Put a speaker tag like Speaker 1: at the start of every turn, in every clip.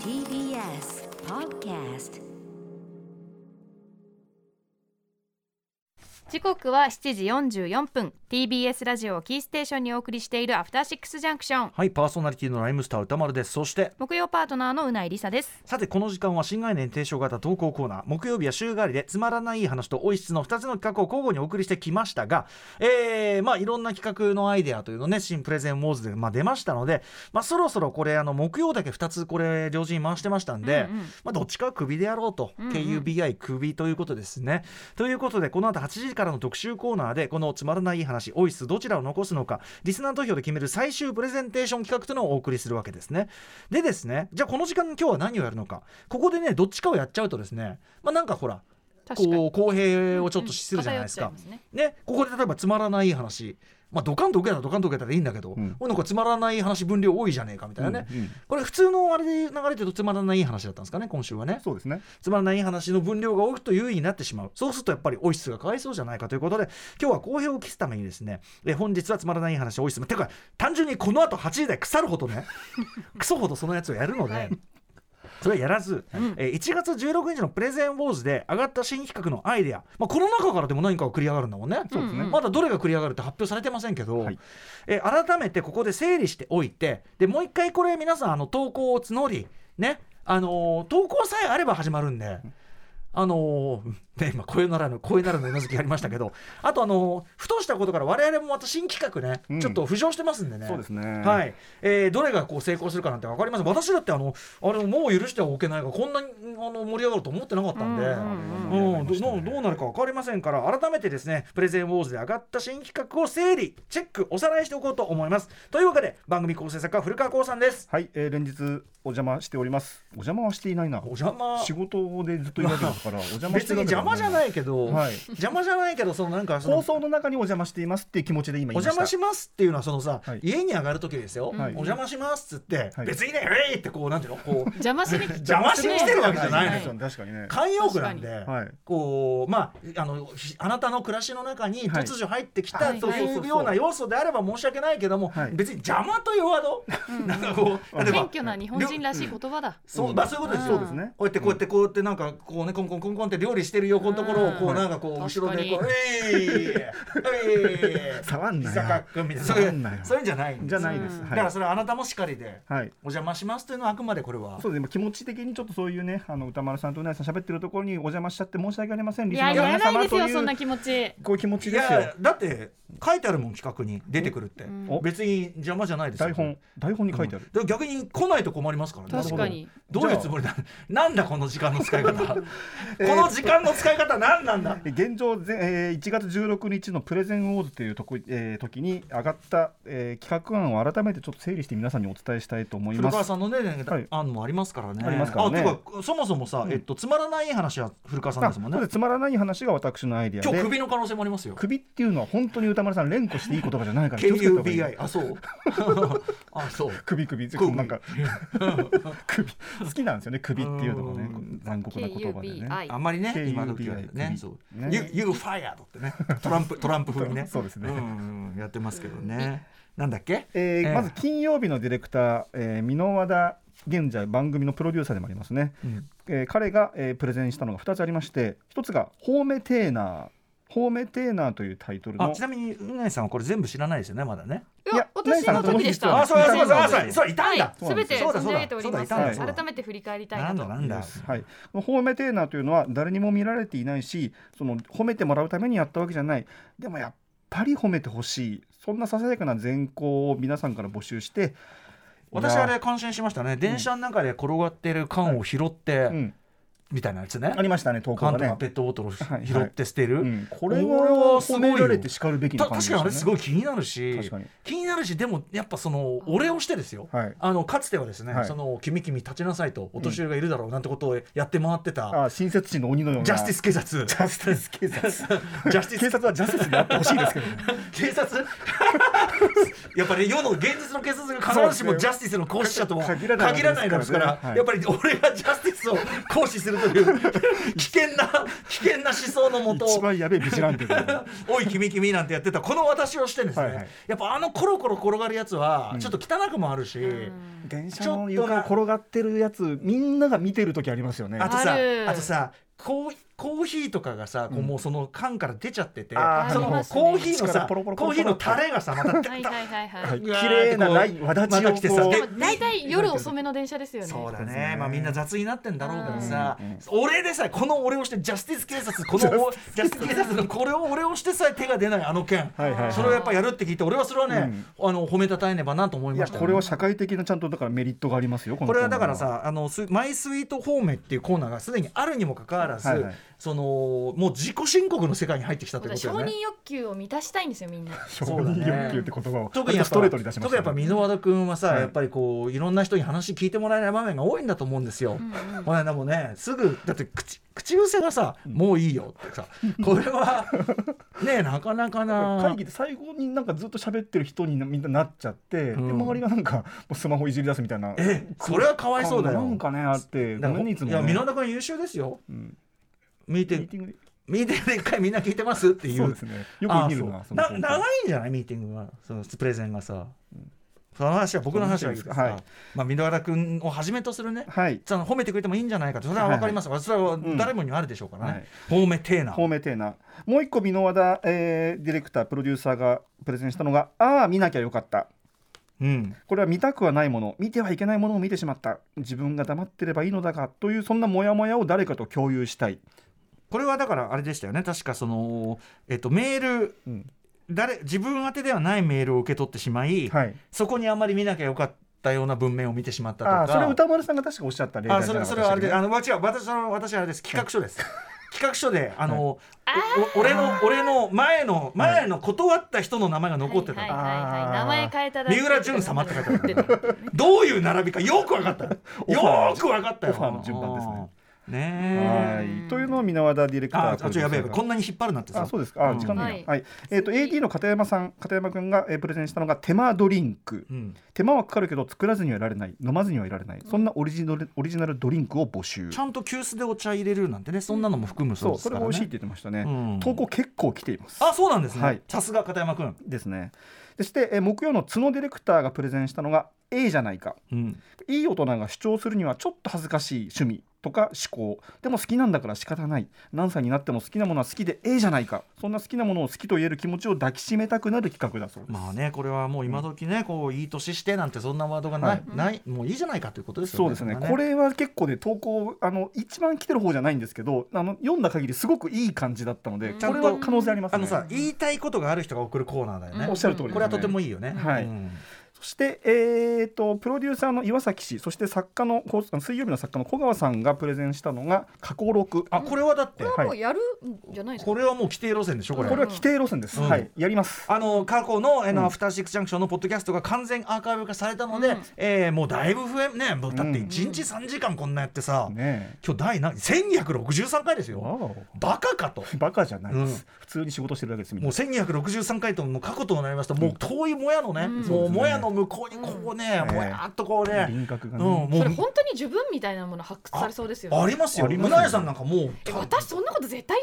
Speaker 1: TBS Podcast
Speaker 2: 時刻は7時44分 TBS ラジオをキーステーションにお送りしているアフターシックスジャンクション
Speaker 3: はい、パーソナリティのライムスター歌丸です。そして、
Speaker 2: 木曜パートナーのうないりさです
Speaker 3: さてこの時間は新概念提唱型投稿コーナー、木曜日は週替わりでつまらない話と音質の2つの企画を交互にお送りしてきましたが、えー、まあいろんな企画のアイデアというのね、新プレゼンウォーズで、まあ、出ましたので、まあそろそろこれ、あの、木曜だけ2つこれ、両陣回してましたんで、
Speaker 2: うんうん
Speaker 3: まあどっちかは首でやろうと、
Speaker 2: んうん
Speaker 3: KUBI 首ということですね。ということで、この後8時からの特集コーナーで、このつまらない話、オイスどちらを残すのか、リスナー投票で決める最終プレゼンテーション企画というのをお送りするわけですね。でですね、じゃあこの時間今日は何をやるのか、ここでね、どっちかをやっちゃうとですね、まあなんかほら、
Speaker 2: 確かに
Speaker 3: こう公平をちょっとするじゃないですか
Speaker 2: うんうん偏っちゃい。ますね
Speaker 3: ね、ここで例えばつまらない話、まあ、ドカンと受けたらドカンと受けたらいいんだけど、
Speaker 4: うん
Speaker 3: これなんかつまらない話分量多いじゃねえかみたいなね、
Speaker 4: うんうん
Speaker 3: これ普通のあれで流れてるとつまらない話だったんですかね今週はね
Speaker 4: そうですね。
Speaker 3: つまらない話の分量が多くと優位になってしまうそうするとやっぱりオイスがかわいそうじゃないかということで今日は公平を期すためにですねえ本日はつまらない話オイスてか単純にこの後8時台腐るほどね クソほどそのやつをやるので。
Speaker 2: はい
Speaker 3: それはやらず、
Speaker 2: ん
Speaker 3: えー1月16日のプレゼンウォーズで上がった新企画のアイデア、まあ、この中からでも何かが繰り上がるんだもんね、
Speaker 2: そうですね
Speaker 3: まだどれが繰り上がるって発表されてませんけど、
Speaker 4: はい
Speaker 3: えー改めてここで整理しておいてでもう一回これ皆さんあの投稿を募りねあのー投稿さえあれば始まるんで。あのーね、今声ならぬ声ならぬうなずきやりましたけどあとあのーふとしたことから我々もまた新企画ね、
Speaker 4: うん
Speaker 3: ちょっと浮上してますんでね
Speaker 4: そうですね。。
Speaker 3: はいい、えーどれがこう成功するかなんて分かりません私だってあのあれもう許してはおけないがこんなにあの盛り上がると思ってなかったんで。
Speaker 2: うん
Speaker 3: うん
Speaker 4: うんうん
Speaker 3: どどうどうなるか分かりませんから改めてですねプレゼンウォーズで上がった新企画を整理チェックおさらいしておこうと思いますというわけで番組構成作家古川光さんです
Speaker 4: はい、えー連日お邪魔しております。お邪魔はしていないな
Speaker 3: お。邪魔
Speaker 4: 仕事でずっといるわけです から、お邪魔して
Speaker 3: 別に
Speaker 4: るわけで
Speaker 3: 邪
Speaker 4: は。
Speaker 3: 魔じゃないいけど、
Speaker 4: はい
Speaker 3: 邪魔じゃないけどそのなんかその
Speaker 4: 放送の中にお邪魔していますっていう気持ちで今
Speaker 3: お
Speaker 4: 言いま
Speaker 3: 邪
Speaker 4: した。
Speaker 3: 魔しますっていうのはそのさ、
Speaker 4: はい
Speaker 3: 家に上がる時ですよ、
Speaker 4: はい
Speaker 3: お邪魔しますっつって、
Speaker 4: はい
Speaker 3: 別にね「えい!」ってこうなんていうのこう
Speaker 2: 邪魔しに
Speaker 3: 邪魔しに来てるわけじゃないのよ
Speaker 4: ですよね確かにね。
Speaker 3: 慣用句なんで、
Speaker 4: はい
Speaker 3: こうまああのひあなたの暮らしの中に
Speaker 4: はい
Speaker 3: 突如入ってきた
Speaker 2: はい
Speaker 3: と
Speaker 2: はい
Speaker 3: いうような要素であれば申し訳ないけども、
Speaker 4: はい
Speaker 3: 別に邪魔というワード、なんかこう例え
Speaker 2: 謙
Speaker 3: ば
Speaker 2: 虚な日本人らしい言葉だ
Speaker 3: そうまあそういうことです
Speaker 4: そ
Speaker 3: よ
Speaker 4: うですね。
Speaker 3: こうやってこうやってこうやってなんかこうねコンコンコンコンって料理してる横のところをこ
Speaker 2: う
Speaker 3: うんなんかこう後ろでこう
Speaker 2: 確
Speaker 3: 「えいえい!」
Speaker 4: 触んなよ
Speaker 3: 坂君みたいなそうい
Speaker 4: 触んなよ
Speaker 3: うそういうんじゃないんです
Speaker 4: じゃないです。
Speaker 3: だから
Speaker 4: は
Speaker 3: それはあなたもしかりで
Speaker 4: い。はい。
Speaker 3: お邪魔しますというのはあくまでこれは
Speaker 4: そうですね。気持ち的にちょっとそういうね、あの歌丸さんとうなぎさん喋ってるところにお邪魔しちゃって申し訳ありません。
Speaker 2: い
Speaker 4: リス
Speaker 2: や
Speaker 4: ナーの
Speaker 2: やら
Speaker 4: 皆
Speaker 2: ない
Speaker 4: 様
Speaker 2: です
Speaker 4: と
Speaker 2: よそんない気持ち
Speaker 4: うこういう気持ち
Speaker 3: い
Speaker 4: ですよ
Speaker 3: や。だって書いてあるもん企画に出てくるって、
Speaker 4: お
Speaker 3: 別に邪魔じゃないですよ
Speaker 4: 台本台本に書いてある。
Speaker 3: うんだから逆に来ないと困りますからね
Speaker 2: 確かに
Speaker 3: どういうつもりだなんだこの時間の 使い方この時間の使い方何なんだ
Speaker 4: 現状ぜ、えー1月16日のプレゼンウォーズというとこ、えー時に上がった、えー企画案を改めてちょっと整理して皆さんにお伝えしたいと思い
Speaker 3: 古
Speaker 4: ま
Speaker 3: 川
Speaker 4: す。
Speaker 3: さんのね、
Speaker 4: はい
Speaker 3: 案もありますからね。
Speaker 4: ありますからね
Speaker 3: あてかそもそもさ、
Speaker 4: うん
Speaker 3: えっとつまらない話は古川さん
Speaker 4: あ
Speaker 3: ですもんね
Speaker 4: そうで。すつまらない話が私のアイデアで
Speaker 3: 今日首の可能性もありますよ。
Speaker 4: 首っていうのは本当に歌丸さん連呼していい言葉じゃないから気をつけた方がいい
Speaker 3: KUBI あそうあ そう。
Speaker 4: 首首
Speaker 3: 首
Speaker 4: なんか首好きなんですよね首っていうのがね
Speaker 3: うん
Speaker 4: 残酷な言葉でね。
Speaker 3: あんまりね
Speaker 4: KUBI
Speaker 3: 今時はね
Speaker 4: 首。
Speaker 3: そう。
Speaker 4: ね
Speaker 3: You You fired ってねトランプトランプ風にね。
Speaker 4: そうですね
Speaker 3: んうんやってますけどね。なんだっけ？
Speaker 4: えー
Speaker 3: ええ
Speaker 4: まず金曜日のディレクター、えー、箕輪田現在番組のプロデューサーでもありますね、
Speaker 3: うん
Speaker 4: えー彼が、えープレゼンしたのが2つありまして1つが「ホーメテーナー」「ホーメテーナー」というタイトル
Speaker 3: あ
Speaker 4: の
Speaker 3: ちなみにうなえさんはこれ全部知らないですよねまだね。
Speaker 2: いや私の時でし
Speaker 4: いや
Speaker 2: た
Speaker 3: あそうだそうだ
Speaker 4: い
Speaker 3: あそうだそうだいたんだ。
Speaker 2: すべて
Speaker 3: そう
Speaker 2: 存
Speaker 3: だ
Speaker 2: じ
Speaker 3: そうだ
Speaker 2: 上げております
Speaker 3: そうだ
Speaker 4: いたんだ
Speaker 2: 改めて振り返りたい
Speaker 3: な
Speaker 2: なんと
Speaker 3: だなんだ。
Speaker 4: はい、このホーメテーナーというのは誰にも見られていないしその褒めてもらうためにやったわけじゃないでもやっぱり褒めてほしいそんなささやかな善行を皆さんから募集して
Speaker 3: 私あ
Speaker 4: い
Speaker 3: れ
Speaker 4: や
Speaker 3: 感心しましたね。電車の中で転がってる缶を拾って
Speaker 4: うん、
Speaker 3: みたいなやつね
Speaker 4: あ。りましたね投稿
Speaker 3: 缶
Speaker 4: が
Speaker 3: とか
Speaker 4: ね
Speaker 3: ペットボトルを拾
Speaker 4: はい
Speaker 3: 拾って捨てる。
Speaker 4: うんこれ
Speaker 3: これは
Speaker 4: は
Speaker 3: すご
Speaker 4: 褒
Speaker 3: いよ
Speaker 4: められて叱るべきな
Speaker 3: た
Speaker 4: 感
Speaker 3: 確
Speaker 4: じ
Speaker 3: か
Speaker 4: で
Speaker 3: に
Speaker 4: し
Speaker 3: あ
Speaker 4: た
Speaker 3: れすご
Speaker 4: ね。
Speaker 3: い気になるし
Speaker 4: 確かに
Speaker 3: 気になるしでもやっぱそのお礼をしてですよ、
Speaker 4: はい
Speaker 3: あのかつてはですね、
Speaker 4: はい
Speaker 3: その君君立ちなさいとお年寄りがいるだろうなんてことをやって回ってた、
Speaker 4: あ親切心の鬼のよう な
Speaker 3: ジャスティス警察
Speaker 4: ジャスティス警察
Speaker 3: ジャスティス
Speaker 4: 警察はジャスティスになってほしいですけどね
Speaker 3: 警察やっぱり世の現実の警察が必ずしもジャスティスの行使者とは
Speaker 4: そう
Speaker 3: 限
Speaker 4: ですね
Speaker 3: らないですから、
Speaker 4: 限らないですからねはい
Speaker 3: やっぱり俺がジャスティスを行使するるという 危険な危険な思想のもと
Speaker 4: 一番やべえビジランテ だよ
Speaker 3: おい君君なんてやってたこの私をしてですね、
Speaker 4: はいはい
Speaker 3: やっぱあのコロコロ転がるやつはちょっと汚くもあるし、
Speaker 4: 電車の床転がってるやつみんなが見てる時ありますよね
Speaker 3: あとさ
Speaker 2: ある
Speaker 3: あとさコーコーヒーとかがさ、こうもうその缶から出ちゃってて
Speaker 4: あー
Speaker 3: その
Speaker 4: あ
Speaker 3: コ
Speaker 4: り
Speaker 2: ますね
Speaker 3: ーヒーの
Speaker 4: 口か
Speaker 3: さ
Speaker 4: らポロポロポ
Speaker 3: コー
Speaker 4: ロ
Speaker 3: ヒー
Speaker 4: ポロ
Speaker 3: の
Speaker 4: って
Speaker 3: タレがさまた
Speaker 2: はいはいはいは
Speaker 4: はい
Speaker 2: い。
Speaker 4: 綺麗なラインわだち
Speaker 3: ま
Speaker 4: を
Speaker 3: た来てさ
Speaker 4: こう
Speaker 3: で
Speaker 2: でも大体夜遅めの電車ですよね。
Speaker 3: そうだ
Speaker 4: そうです
Speaker 3: ね
Speaker 4: ね
Speaker 3: まあみんな雑になってんだろうからさ、
Speaker 4: うんうん
Speaker 3: 俺でさえこの俺をしてジャスティス警察このおジャスティス警察のこれを俺をしてさえ手が出ないあの件、
Speaker 4: はいはいはい
Speaker 3: それをやっぱやるって聞いて俺はそれはね、あの褒めたたえねばなと思い
Speaker 4: い
Speaker 3: ま
Speaker 4: や
Speaker 3: したよ
Speaker 4: これは社会的なちゃんとだからメリットがありますよこの
Speaker 3: これはだから
Speaker 4: コーナー
Speaker 3: さ「あのスマイスイート方面」っていうコーナーがすでにあるにもかかわらず、
Speaker 4: はいはい
Speaker 3: そのもう自己申告の世界に入ってきたということだ
Speaker 2: 承
Speaker 3: よね。
Speaker 2: 認欲求を満たしたいんですよみんな。
Speaker 3: そうだね
Speaker 4: 承認欲求って言葉を
Speaker 3: 特にやっ
Speaker 4: ス
Speaker 3: ぱ
Speaker 4: トレートに出しま
Speaker 3: 特に
Speaker 4: し
Speaker 3: や
Speaker 4: た
Speaker 3: っぱ
Speaker 4: ね
Speaker 3: 箕輪田君はさ、
Speaker 4: はい
Speaker 3: やっぱりこういろんな人に話聞いてもらえない場面が多いんだと思うんですよ。この間もねすぐだって口口癖がさ「もういいよ」って さこれはねなかなかな
Speaker 4: 会議で最後になんかずっと喋ってる人にみんななっちゃって、
Speaker 3: うん
Speaker 4: で周りがなんかもうスマホいじり出すみたいな
Speaker 3: えそれはかわいそうだよ。
Speaker 4: なんかねあって
Speaker 3: だ
Speaker 4: ご
Speaker 3: から
Speaker 4: めんねいつも
Speaker 3: いや
Speaker 4: ね
Speaker 3: 箕輪田君優秀ですよ。
Speaker 4: うん
Speaker 3: 見
Speaker 4: ミ
Speaker 3: て
Speaker 4: ーティング
Speaker 3: 見て一回みんな聞いてますって
Speaker 4: で
Speaker 3: い
Speaker 4: そう
Speaker 3: う
Speaker 4: ですねよく見る
Speaker 3: あ
Speaker 4: な
Speaker 3: そ
Speaker 4: そう
Speaker 3: な
Speaker 4: の光景
Speaker 3: 長いんじゃないミーティングはそのプレゼンがさ、その話は僕の話はいいですか、
Speaker 4: はい
Speaker 3: まあ、箕輪田君をはじめとするね
Speaker 4: はい
Speaker 3: その褒めてくれてもいいんじゃないかとそれは分かります、それは誰もにあるでしょうからね、褒めてえな
Speaker 4: 方面テーナもう一個箕輪田、えーディレクタープロデューサーがプレゼンしたのが「ああ見なきゃよかった」
Speaker 3: うん
Speaker 4: これは見たくはないもの見てはいけないものを見てしまった自分が黙ってればいいのだがというそんなモヤモヤを誰かと共有したい、
Speaker 3: これはだからあれでしたよね確かその、えっと、メール
Speaker 4: うん
Speaker 3: 誰自分宛てではないメールを受け取ってしまい、
Speaker 4: はい、
Speaker 3: そこにあまり見なきゃよかったような文面を見てしまったと
Speaker 4: あ
Speaker 3: か
Speaker 4: あそれ歌丸さんが確かおっしゃった例
Speaker 3: あ
Speaker 4: 題じ
Speaker 3: そ
Speaker 4: ゃな
Speaker 3: れ
Speaker 4: か
Speaker 3: そ
Speaker 4: っ
Speaker 3: れはあ
Speaker 4: た
Speaker 3: れ
Speaker 4: でし
Speaker 3: で
Speaker 4: たっ
Speaker 3: あの違う私の私はあれです企画書です企画書であの、おお俺の俺の前の前の断った人の名前が 残ってた、
Speaker 2: はいはいはいはい、名前変えただ
Speaker 3: 三浦淳様って書いてあるどういう並びかよく分かったよ
Speaker 4: オファー
Speaker 3: よく分かったよ
Speaker 4: オファーの順番ですねけ
Speaker 3: ね
Speaker 4: ね
Speaker 3: え
Speaker 4: はいというのを箕輪田ディレク
Speaker 3: あ
Speaker 4: ター
Speaker 3: あちょっとやべえやべえこんなに引っ張るなってさ
Speaker 4: あそうですかあ
Speaker 3: うん
Speaker 4: 時間ないな、
Speaker 2: はい
Speaker 4: はいえー、と AD の片山さん片山君が、えープレゼンしたのが手間ドリンク
Speaker 3: うん、
Speaker 4: 手間はかかるけど作らずにはいられない飲まずにはいられないそんなオリジナルオリジナルドリンクを募集
Speaker 3: ちゃんと急須でお茶入れるなんてねそんなのも含むそう
Speaker 4: そ
Speaker 3: で
Speaker 4: う
Speaker 3: す
Speaker 4: そ
Speaker 3: か
Speaker 4: れ
Speaker 3: ら、
Speaker 4: が
Speaker 3: ね、
Speaker 4: 美味しいって言ってましたね、
Speaker 3: うん
Speaker 4: 投稿結構来ています
Speaker 3: あそうなんですね、
Speaker 4: はい
Speaker 3: さすが片山君、
Speaker 4: ですねでして、えー木曜の角ディレクターがプレゼンしたのが A じゃないか
Speaker 3: うん、
Speaker 4: いい大人が主張するにはちょっと恥ずかしい趣味とか思考でも好きなんだから仕方ない何歳になっても好きなものは好きでええじゃないかそんな好きなものを好きと言える気持ちを抱きしめたくなる企画だそうです、
Speaker 3: まあねこれはもう今時ねこういい年してなんてそんなワードがない,、ないもういいじゃないかということですよね
Speaker 4: そうです
Speaker 3: れ
Speaker 4: ね
Speaker 3: は
Speaker 4: これは結構ね投稿あの一番来てる方じゃないんですけどあの読んだ限りすごくいい感じだったので
Speaker 2: うん
Speaker 3: ちゃんと
Speaker 4: これは可能性ありますね
Speaker 3: あのさ言いたいことがある人が送るコーナーだよね、
Speaker 2: うん
Speaker 4: おっしゃる通りですね、
Speaker 3: これはとてもいいよね、
Speaker 4: はい
Speaker 3: うん
Speaker 4: そして、えー、とプロデューサーの岩崎氏そして作家のこう水曜日の作家の小川さんがプレゼンしたのが「加工録」
Speaker 3: あこれはだって、
Speaker 2: これはもうやるんじゃないですか。
Speaker 3: これはもう規定路線でしょこれ
Speaker 4: これは規定路線です、
Speaker 3: うん
Speaker 4: はいやります
Speaker 3: あの過去の「えーの
Speaker 4: うん
Speaker 3: アフターシックスジャンクション」のポッドキャストが完全アーカイブ化されたので、
Speaker 2: うん
Speaker 3: えーもうだいぶ増えねもうだって1日3時間こんなやってさ、
Speaker 4: ね
Speaker 3: 今日第何1263回です
Speaker 4: え
Speaker 3: よ
Speaker 4: わお
Speaker 3: バカかと。
Speaker 4: バカじゃないです、
Speaker 3: うん
Speaker 4: 普通に仕事してるだけですみん
Speaker 3: もう
Speaker 4: な
Speaker 3: 1263回ともう過去となりますともう遠いもやのね、
Speaker 2: うん
Speaker 3: もうもやの向こうにこうね、
Speaker 4: うん
Speaker 3: もやっとこうね、
Speaker 4: 輪郭が
Speaker 3: うん、
Speaker 4: ね、
Speaker 3: も
Speaker 2: そうれ本当に自分みたいなもの発掘されそうですよ
Speaker 3: あ
Speaker 2: ね。
Speaker 3: りますよ
Speaker 4: あります
Speaker 3: う
Speaker 4: よ
Speaker 3: なえさんなんかもう
Speaker 2: え私そんなこと絶対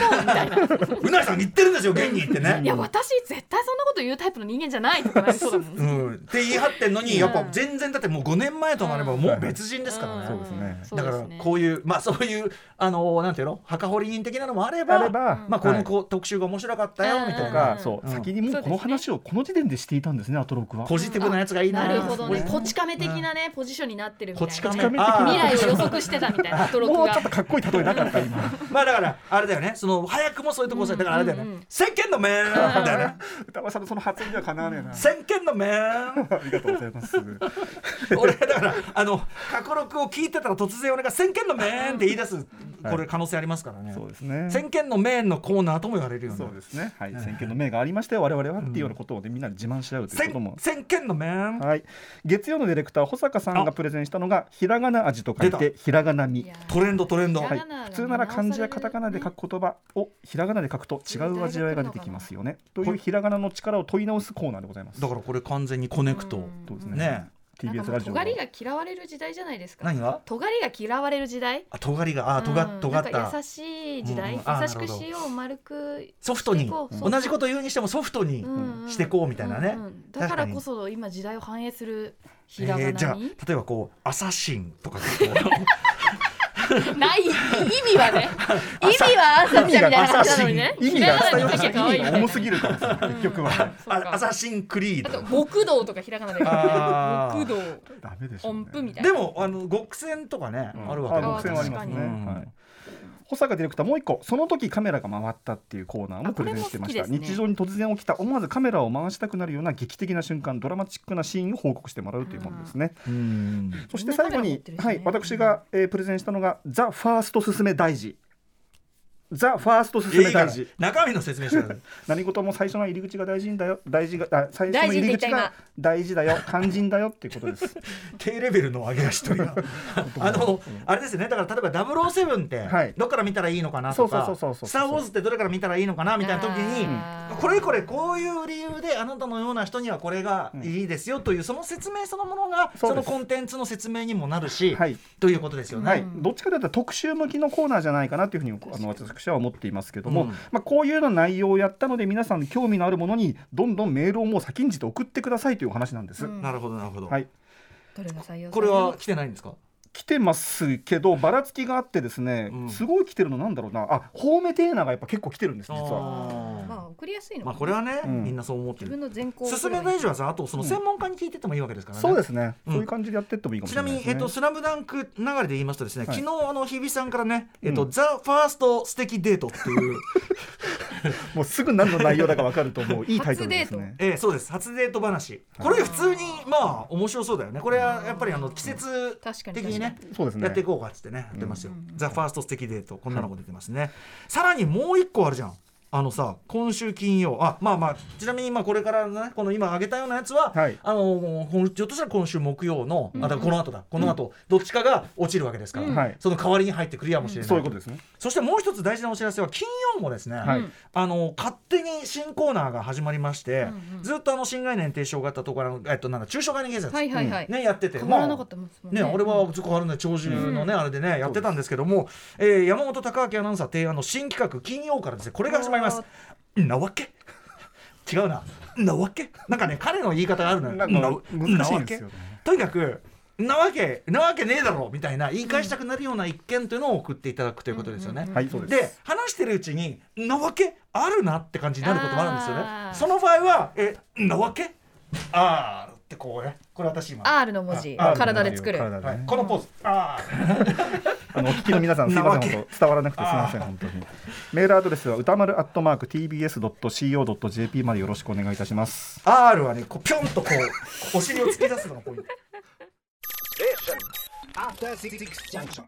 Speaker 2: 言わないと思うみたいな。
Speaker 3: うなえさん言ってるんですよ現に言ってね
Speaker 2: いや私絶対そんなこと言うタイプの人間じゃないとかなりそうだもん。
Speaker 3: うん、って言い張ってんのに、
Speaker 2: うん
Speaker 3: やっぱ全然だってもう5年前となればもう
Speaker 4: うん
Speaker 3: 別人ですから
Speaker 4: そ
Speaker 3: ね
Speaker 4: う。ですね
Speaker 2: そう
Speaker 3: だか
Speaker 2: で
Speaker 3: ら
Speaker 2: すね
Speaker 3: こういうまあそういうあのなんていうの墓掘り人的なのもあれば
Speaker 4: あれば、
Speaker 3: まあこの
Speaker 4: はい
Speaker 3: こう、特集が面白かったよみたい
Speaker 4: と
Speaker 3: な、
Speaker 4: か、
Speaker 2: うん
Speaker 4: そう、
Speaker 3: うん
Speaker 4: 先にもうこ
Speaker 2: そうですね
Speaker 4: の話をこの時点でしていたんですねアトロクは
Speaker 3: ポジティブなやつがいいな。
Speaker 2: なるほどね
Speaker 3: こ。
Speaker 2: こち亀的なねポジションになってるみたいな。
Speaker 3: こち亀
Speaker 4: こち亀的
Speaker 3: あ
Speaker 4: な
Speaker 2: 未
Speaker 3: ー
Speaker 2: 来を予測してたみた いなトロ
Speaker 4: も
Speaker 2: ッ
Speaker 4: う
Speaker 2: ク
Speaker 4: ちょっと
Speaker 2: が。
Speaker 4: かっこいい例えなかった今
Speaker 3: まあだからあれだよねその早くもそういうところさだからあれだよね、
Speaker 2: うんうん
Speaker 3: 先見の面だよね
Speaker 4: 歌丸さんのその発音ではかなわねえ な、
Speaker 3: 先見の面
Speaker 4: ありがとうござい ます
Speaker 3: 俺だからあの過去録を聞いてたら突然俺が先見の面って言い出すこれ可能性ありますからね、
Speaker 4: そうですね
Speaker 3: 先見の面のコーナーとも言われるよね
Speaker 4: そうですね。はい、先見の明がありましたよ、我々はっていうようなことをね、みんなで自慢し合うということ
Speaker 3: 先
Speaker 4: も。
Speaker 3: 先見の面
Speaker 4: はい、月曜のディレクター保坂さんがプレゼンしたのがひらがな味と書い
Speaker 3: 出
Speaker 4: てひらがなみ
Speaker 2: いや
Speaker 3: トレンドトレンド、
Speaker 4: はい
Speaker 2: ひらがなが、
Speaker 4: 普通なら漢字やカタカナで書く言葉をひらがなで書くと違う味わいが出てきますよねというひらがなの力を問い直すコーナーでございます
Speaker 3: だからこれ完全にコネクト、
Speaker 2: うん
Speaker 4: そうですね
Speaker 3: ね
Speaker 2: なんかも
Speaker 4: TBS
Speaker 2: う
Speaker 4: ラジオ
Speaker 2: 尖りが嫌われる時代じゃないですか
Speaker 3: 何が
Speaker 2: 尖りが嫌われる時代
Speaker 3: あ尖りがあ尖
Speaker 2: うん
Speaker 3: 尖っ
Speaker 2: なんか優
Speaker 3: た
Speaker 2: しい時代、
Speaker 3: うんうんあー
Speaker 2: 優し
Speaker 3: なる
Speaker 2: く
Speaker 3: ほど
Speaker 2: しよう丸く
Speaker 3: ソフトに
Speaker 2: してこうそう
Speaker 3: 同じこと言うにしてもソフトに
Speaker 2: うんうん
Speaker 3: してこうみたいなね
Speaker 2: うんうんだからこそ今時代を反映するひらがなに、
Speaker 3: えーじゃあ例えばこう「アサシン」とかでこう
Speaker 2: ない意味は ね意味は朝ちゃんみたいな話なのにね
Speaker 4: 意味が
Speaker 2: ひらが
Speaker 4: 伝
Speaker 2: なに
Speaker 4: え
Speaker 2: 書けば
Speaker 4: よう
Speaker 2: 可愛いみた
Speaker 4: 意味
Speaker 2: い
Speaker 4: が
Speaker 2: な
Speaker 4: 重すぎるからさ結局 はね
Speaker 2: そう
Speaker 3: あ
Speaker 2: か
Speaker 3: アサシンクリー
Speaker 2: あ
Speaker 3: ド
Speaker 2: と極道とかひらがなで
Speaker 3: あー
Speaker 2: 極道
Speaker 4: ダメでしょうね
Speaker 2: 音符みたいな
Speaker 3: でもあの極戦とかね、
Speaker 4: うん
Speaker 3: あるわけ
Speaker 2: あ
Speaker 4: 独占はありま
Speaker 2: 確
Speaker 3: か
Speaker 4: すね、
Speaker 3: に
Speaker 4: はい保坂ディレクターもう一個その時カメラが回ったっていうコーナーもプレゼンしてまし
Speaker 2: あ
Speaker 4: た、
Speaker 2: これも好きですね
Speaker 4: 日常に突然起きた思わずカメラを回したくなるような劇的な瞬間ドラマチックなシーンを報告してもらうというものですね、
Speaker 3: うん
Speaker 4: そして最後
Speaker 2: みんなカメラ持っ
Speaker 4: に
Speaker 2: て、るしね
Speaker 4: はい、私が、えープレゼンしたのが「ザ・ファーストすすめ大事」ザ・ファーストすす
Speaker 3: い
Speaker 4: め
Speaker 3: いか
Speaker 4: 大
Speaker 3: ら
Speaker 4: 事
Speaker 3: 中身の説明してください
Speaker 4: 何事も最初の入り口が大事んだよ大事があ最
Speaker 2: 大
Speaker 4: 初の
Speaker 2: 事っ
Speaker 4: 入
Speaker 2: て
Speaker 4: り
Speaker 2: 言った
Speaker 4: 口
Speaker 2: 今
Speaker 4: が大事だよ肝心だよっていう ことです
Speaker 3: 低レベルの上げ足取り があのあれですねだから例えば007って、
Speaker 4: はい
Speaker 3: どっから見たらいいのかなとか
Speaker 4: そうそうそうそうそう
Speaker 3: スター・ウォーズ」ってどれから見たらいいのかなみたいな時に
Speaker 2: あー
Speaker 3: これこれこういう理由であなたのような人にはこれがいいですよというその説明そのものがそ
Speaker 4: そ
Speaker 3: う
Speaker 4: で
Speaker 3: の
Speaker 4: す
Speaker 3: コンテンツの説明にもなるし、
Speaker 4: はい
Speaker 3: ということですよね。
Speaker 4: はい
Speaker 2: うん
Speaker 4: どっちかというと特集向きのコーナーじゃないかなというふうにあの私は思っていますけども、
Speaker 3: うん
Speaker 4: まあ、こういうの内容をやったので皆さん興味のあるものにどんどんメールをもう先んじて送ってくださいというお話なんです。
Speaker 2: うん
Speaker 3: なるほどなるほど、
Speaker 4: はい
Speaker 2: どれが採用
Speaker 3: これは来てないんですか
Speaker 4: 来てますけどばらつきがあってですね、
Speaker 3: うん
Speaker 4: すごい来てるのなんだろうなあホーメテーナがやっぱ結構来てるんです実は。
Speaker 3: あー
Speaker 2: まあ送りやすいの
Speaker 3: まあこれはね、
Speaker 4: うん
Speaker 3: みんなそう思って
Speaker 2: 自分
Speaker 3: る
Speaker 2: の全校
Speaker 3: 進め大事はさあとその
Speaker 4: うん
Speaker 3: 専門家に聞いてってもいいわけですからね、
Speaker 4: そうですね、
Speaker 3: うん
Speaker 4: そういう感じでやってってもいいかも
Speaker 3: ち
Speaker 4: し
Speaker 3: な
Speaker 4: れな
Speaker 3: み
Speaker 4: い
Speaker 3: に、
Speaker 4: で
Speaker 3: え
Speaker 4: す、ね、
Speaker 3: っと、スラムダンク流れで言いますとですね、
Speaker 4: はい
Speaker 3: 昨日あの日比さんからね、えっと、
Speaker 4: うん
Speaker 3: ザ・ファースト素敵デートっていう、
Speaker 4: もうすぐ何の内容だか分かると思ういいタイトルですね。
Speaker 3: えーそうです、初デート話。これ普通に、まあ、面白そうだよね。これはやっぱりあの季節
Speaker 2: 確かに
Speaker 3: 的にね。
Speaker 4: そうですね
Speaker 3: やっていこうかっつってね、やってますよ
Speaker 2: うんう。ん
Speaker 3: ザ・ファースト素敵デート、こんなのも出てますね。さらにもう一個あるじゃん。あのさ今週金曜あまあまあちなみに今これからのねこの今上げたようなやつは、
Speaker 4: はい
Speaker 3: あのもうほんちょっとしたら今週木曜の、あだからこの後だこの後、どっちかが落ちるわけですから、
Speaker 4: うんはい
Speaker 3: その代わりに入ってクリアもしれない、
Speaker 4: そういうことですね。
Speaker 3: そしてもう一つ大事なお知らせは金曜もですね、
Speaker 4: はい
Speaker 3: あの勝手に新コーナーが始まりまして、
Speaker 2: うんうん
Speaker 3: ずっとあの新概念提唱型とかの、えっと、なんだ中小概念警察、
Speaker 2: はいはいはい、
Speaker 3: ね、やってて
Speaker 2: 変わらなかったもんですもん
Speaker 3: ね、俺はそこあるね長寿のね、
Speaker 2: うん
Speaker 3: あれでねやってたんですけども、えー山本貴明アナウンサー提案の新企画金曜からですねこれが始まりま
Speaker 2: あ。
Speaker 3: すんなわけ 違うな。んなわけなんかね彼の言い方があるのよ。
Speaker 4: なんか難しいんです
Speaker 3: ん
Speaker 4: よね
Speaker 3: なわけとにかくんなわけんなわけねえだろみたいな言い返したくなるような一件というのを送っていただくということですよね。
Speaker 4: はいそうです。
Speaker 3: で話してるうちに「んなわけあるな」って感じになることもあるんですよね
Speaker 2: あー
Speaker 3: その場合は「えんなわけあー」ってこうねこれ私今、
Speaker 2: R の文字
Speaker 3: あ R
Speaker 2: 体で作る
Speaker 4: 体で
Speaker 3: は
Speaker 4: ね
Speaker 3: い、このポーズ「あー」
Speaker 4: あのお聞きの皆さん、すみません、
Speaker 3: な
Speaker 4: 本当伝わらなくてすみませ
Speaker 3: あ
Speaker 4: ん、
Speaker 3: ー
Speaker 4: 本当に。メールアドレスは歌丸アットマーク TBS ドット CO ドット JP までよろしくお願いいたします。
Speaker 3: R はねこうピョンとこうお尻を突き出すのがポイント
Speaker 5: After Six Junction.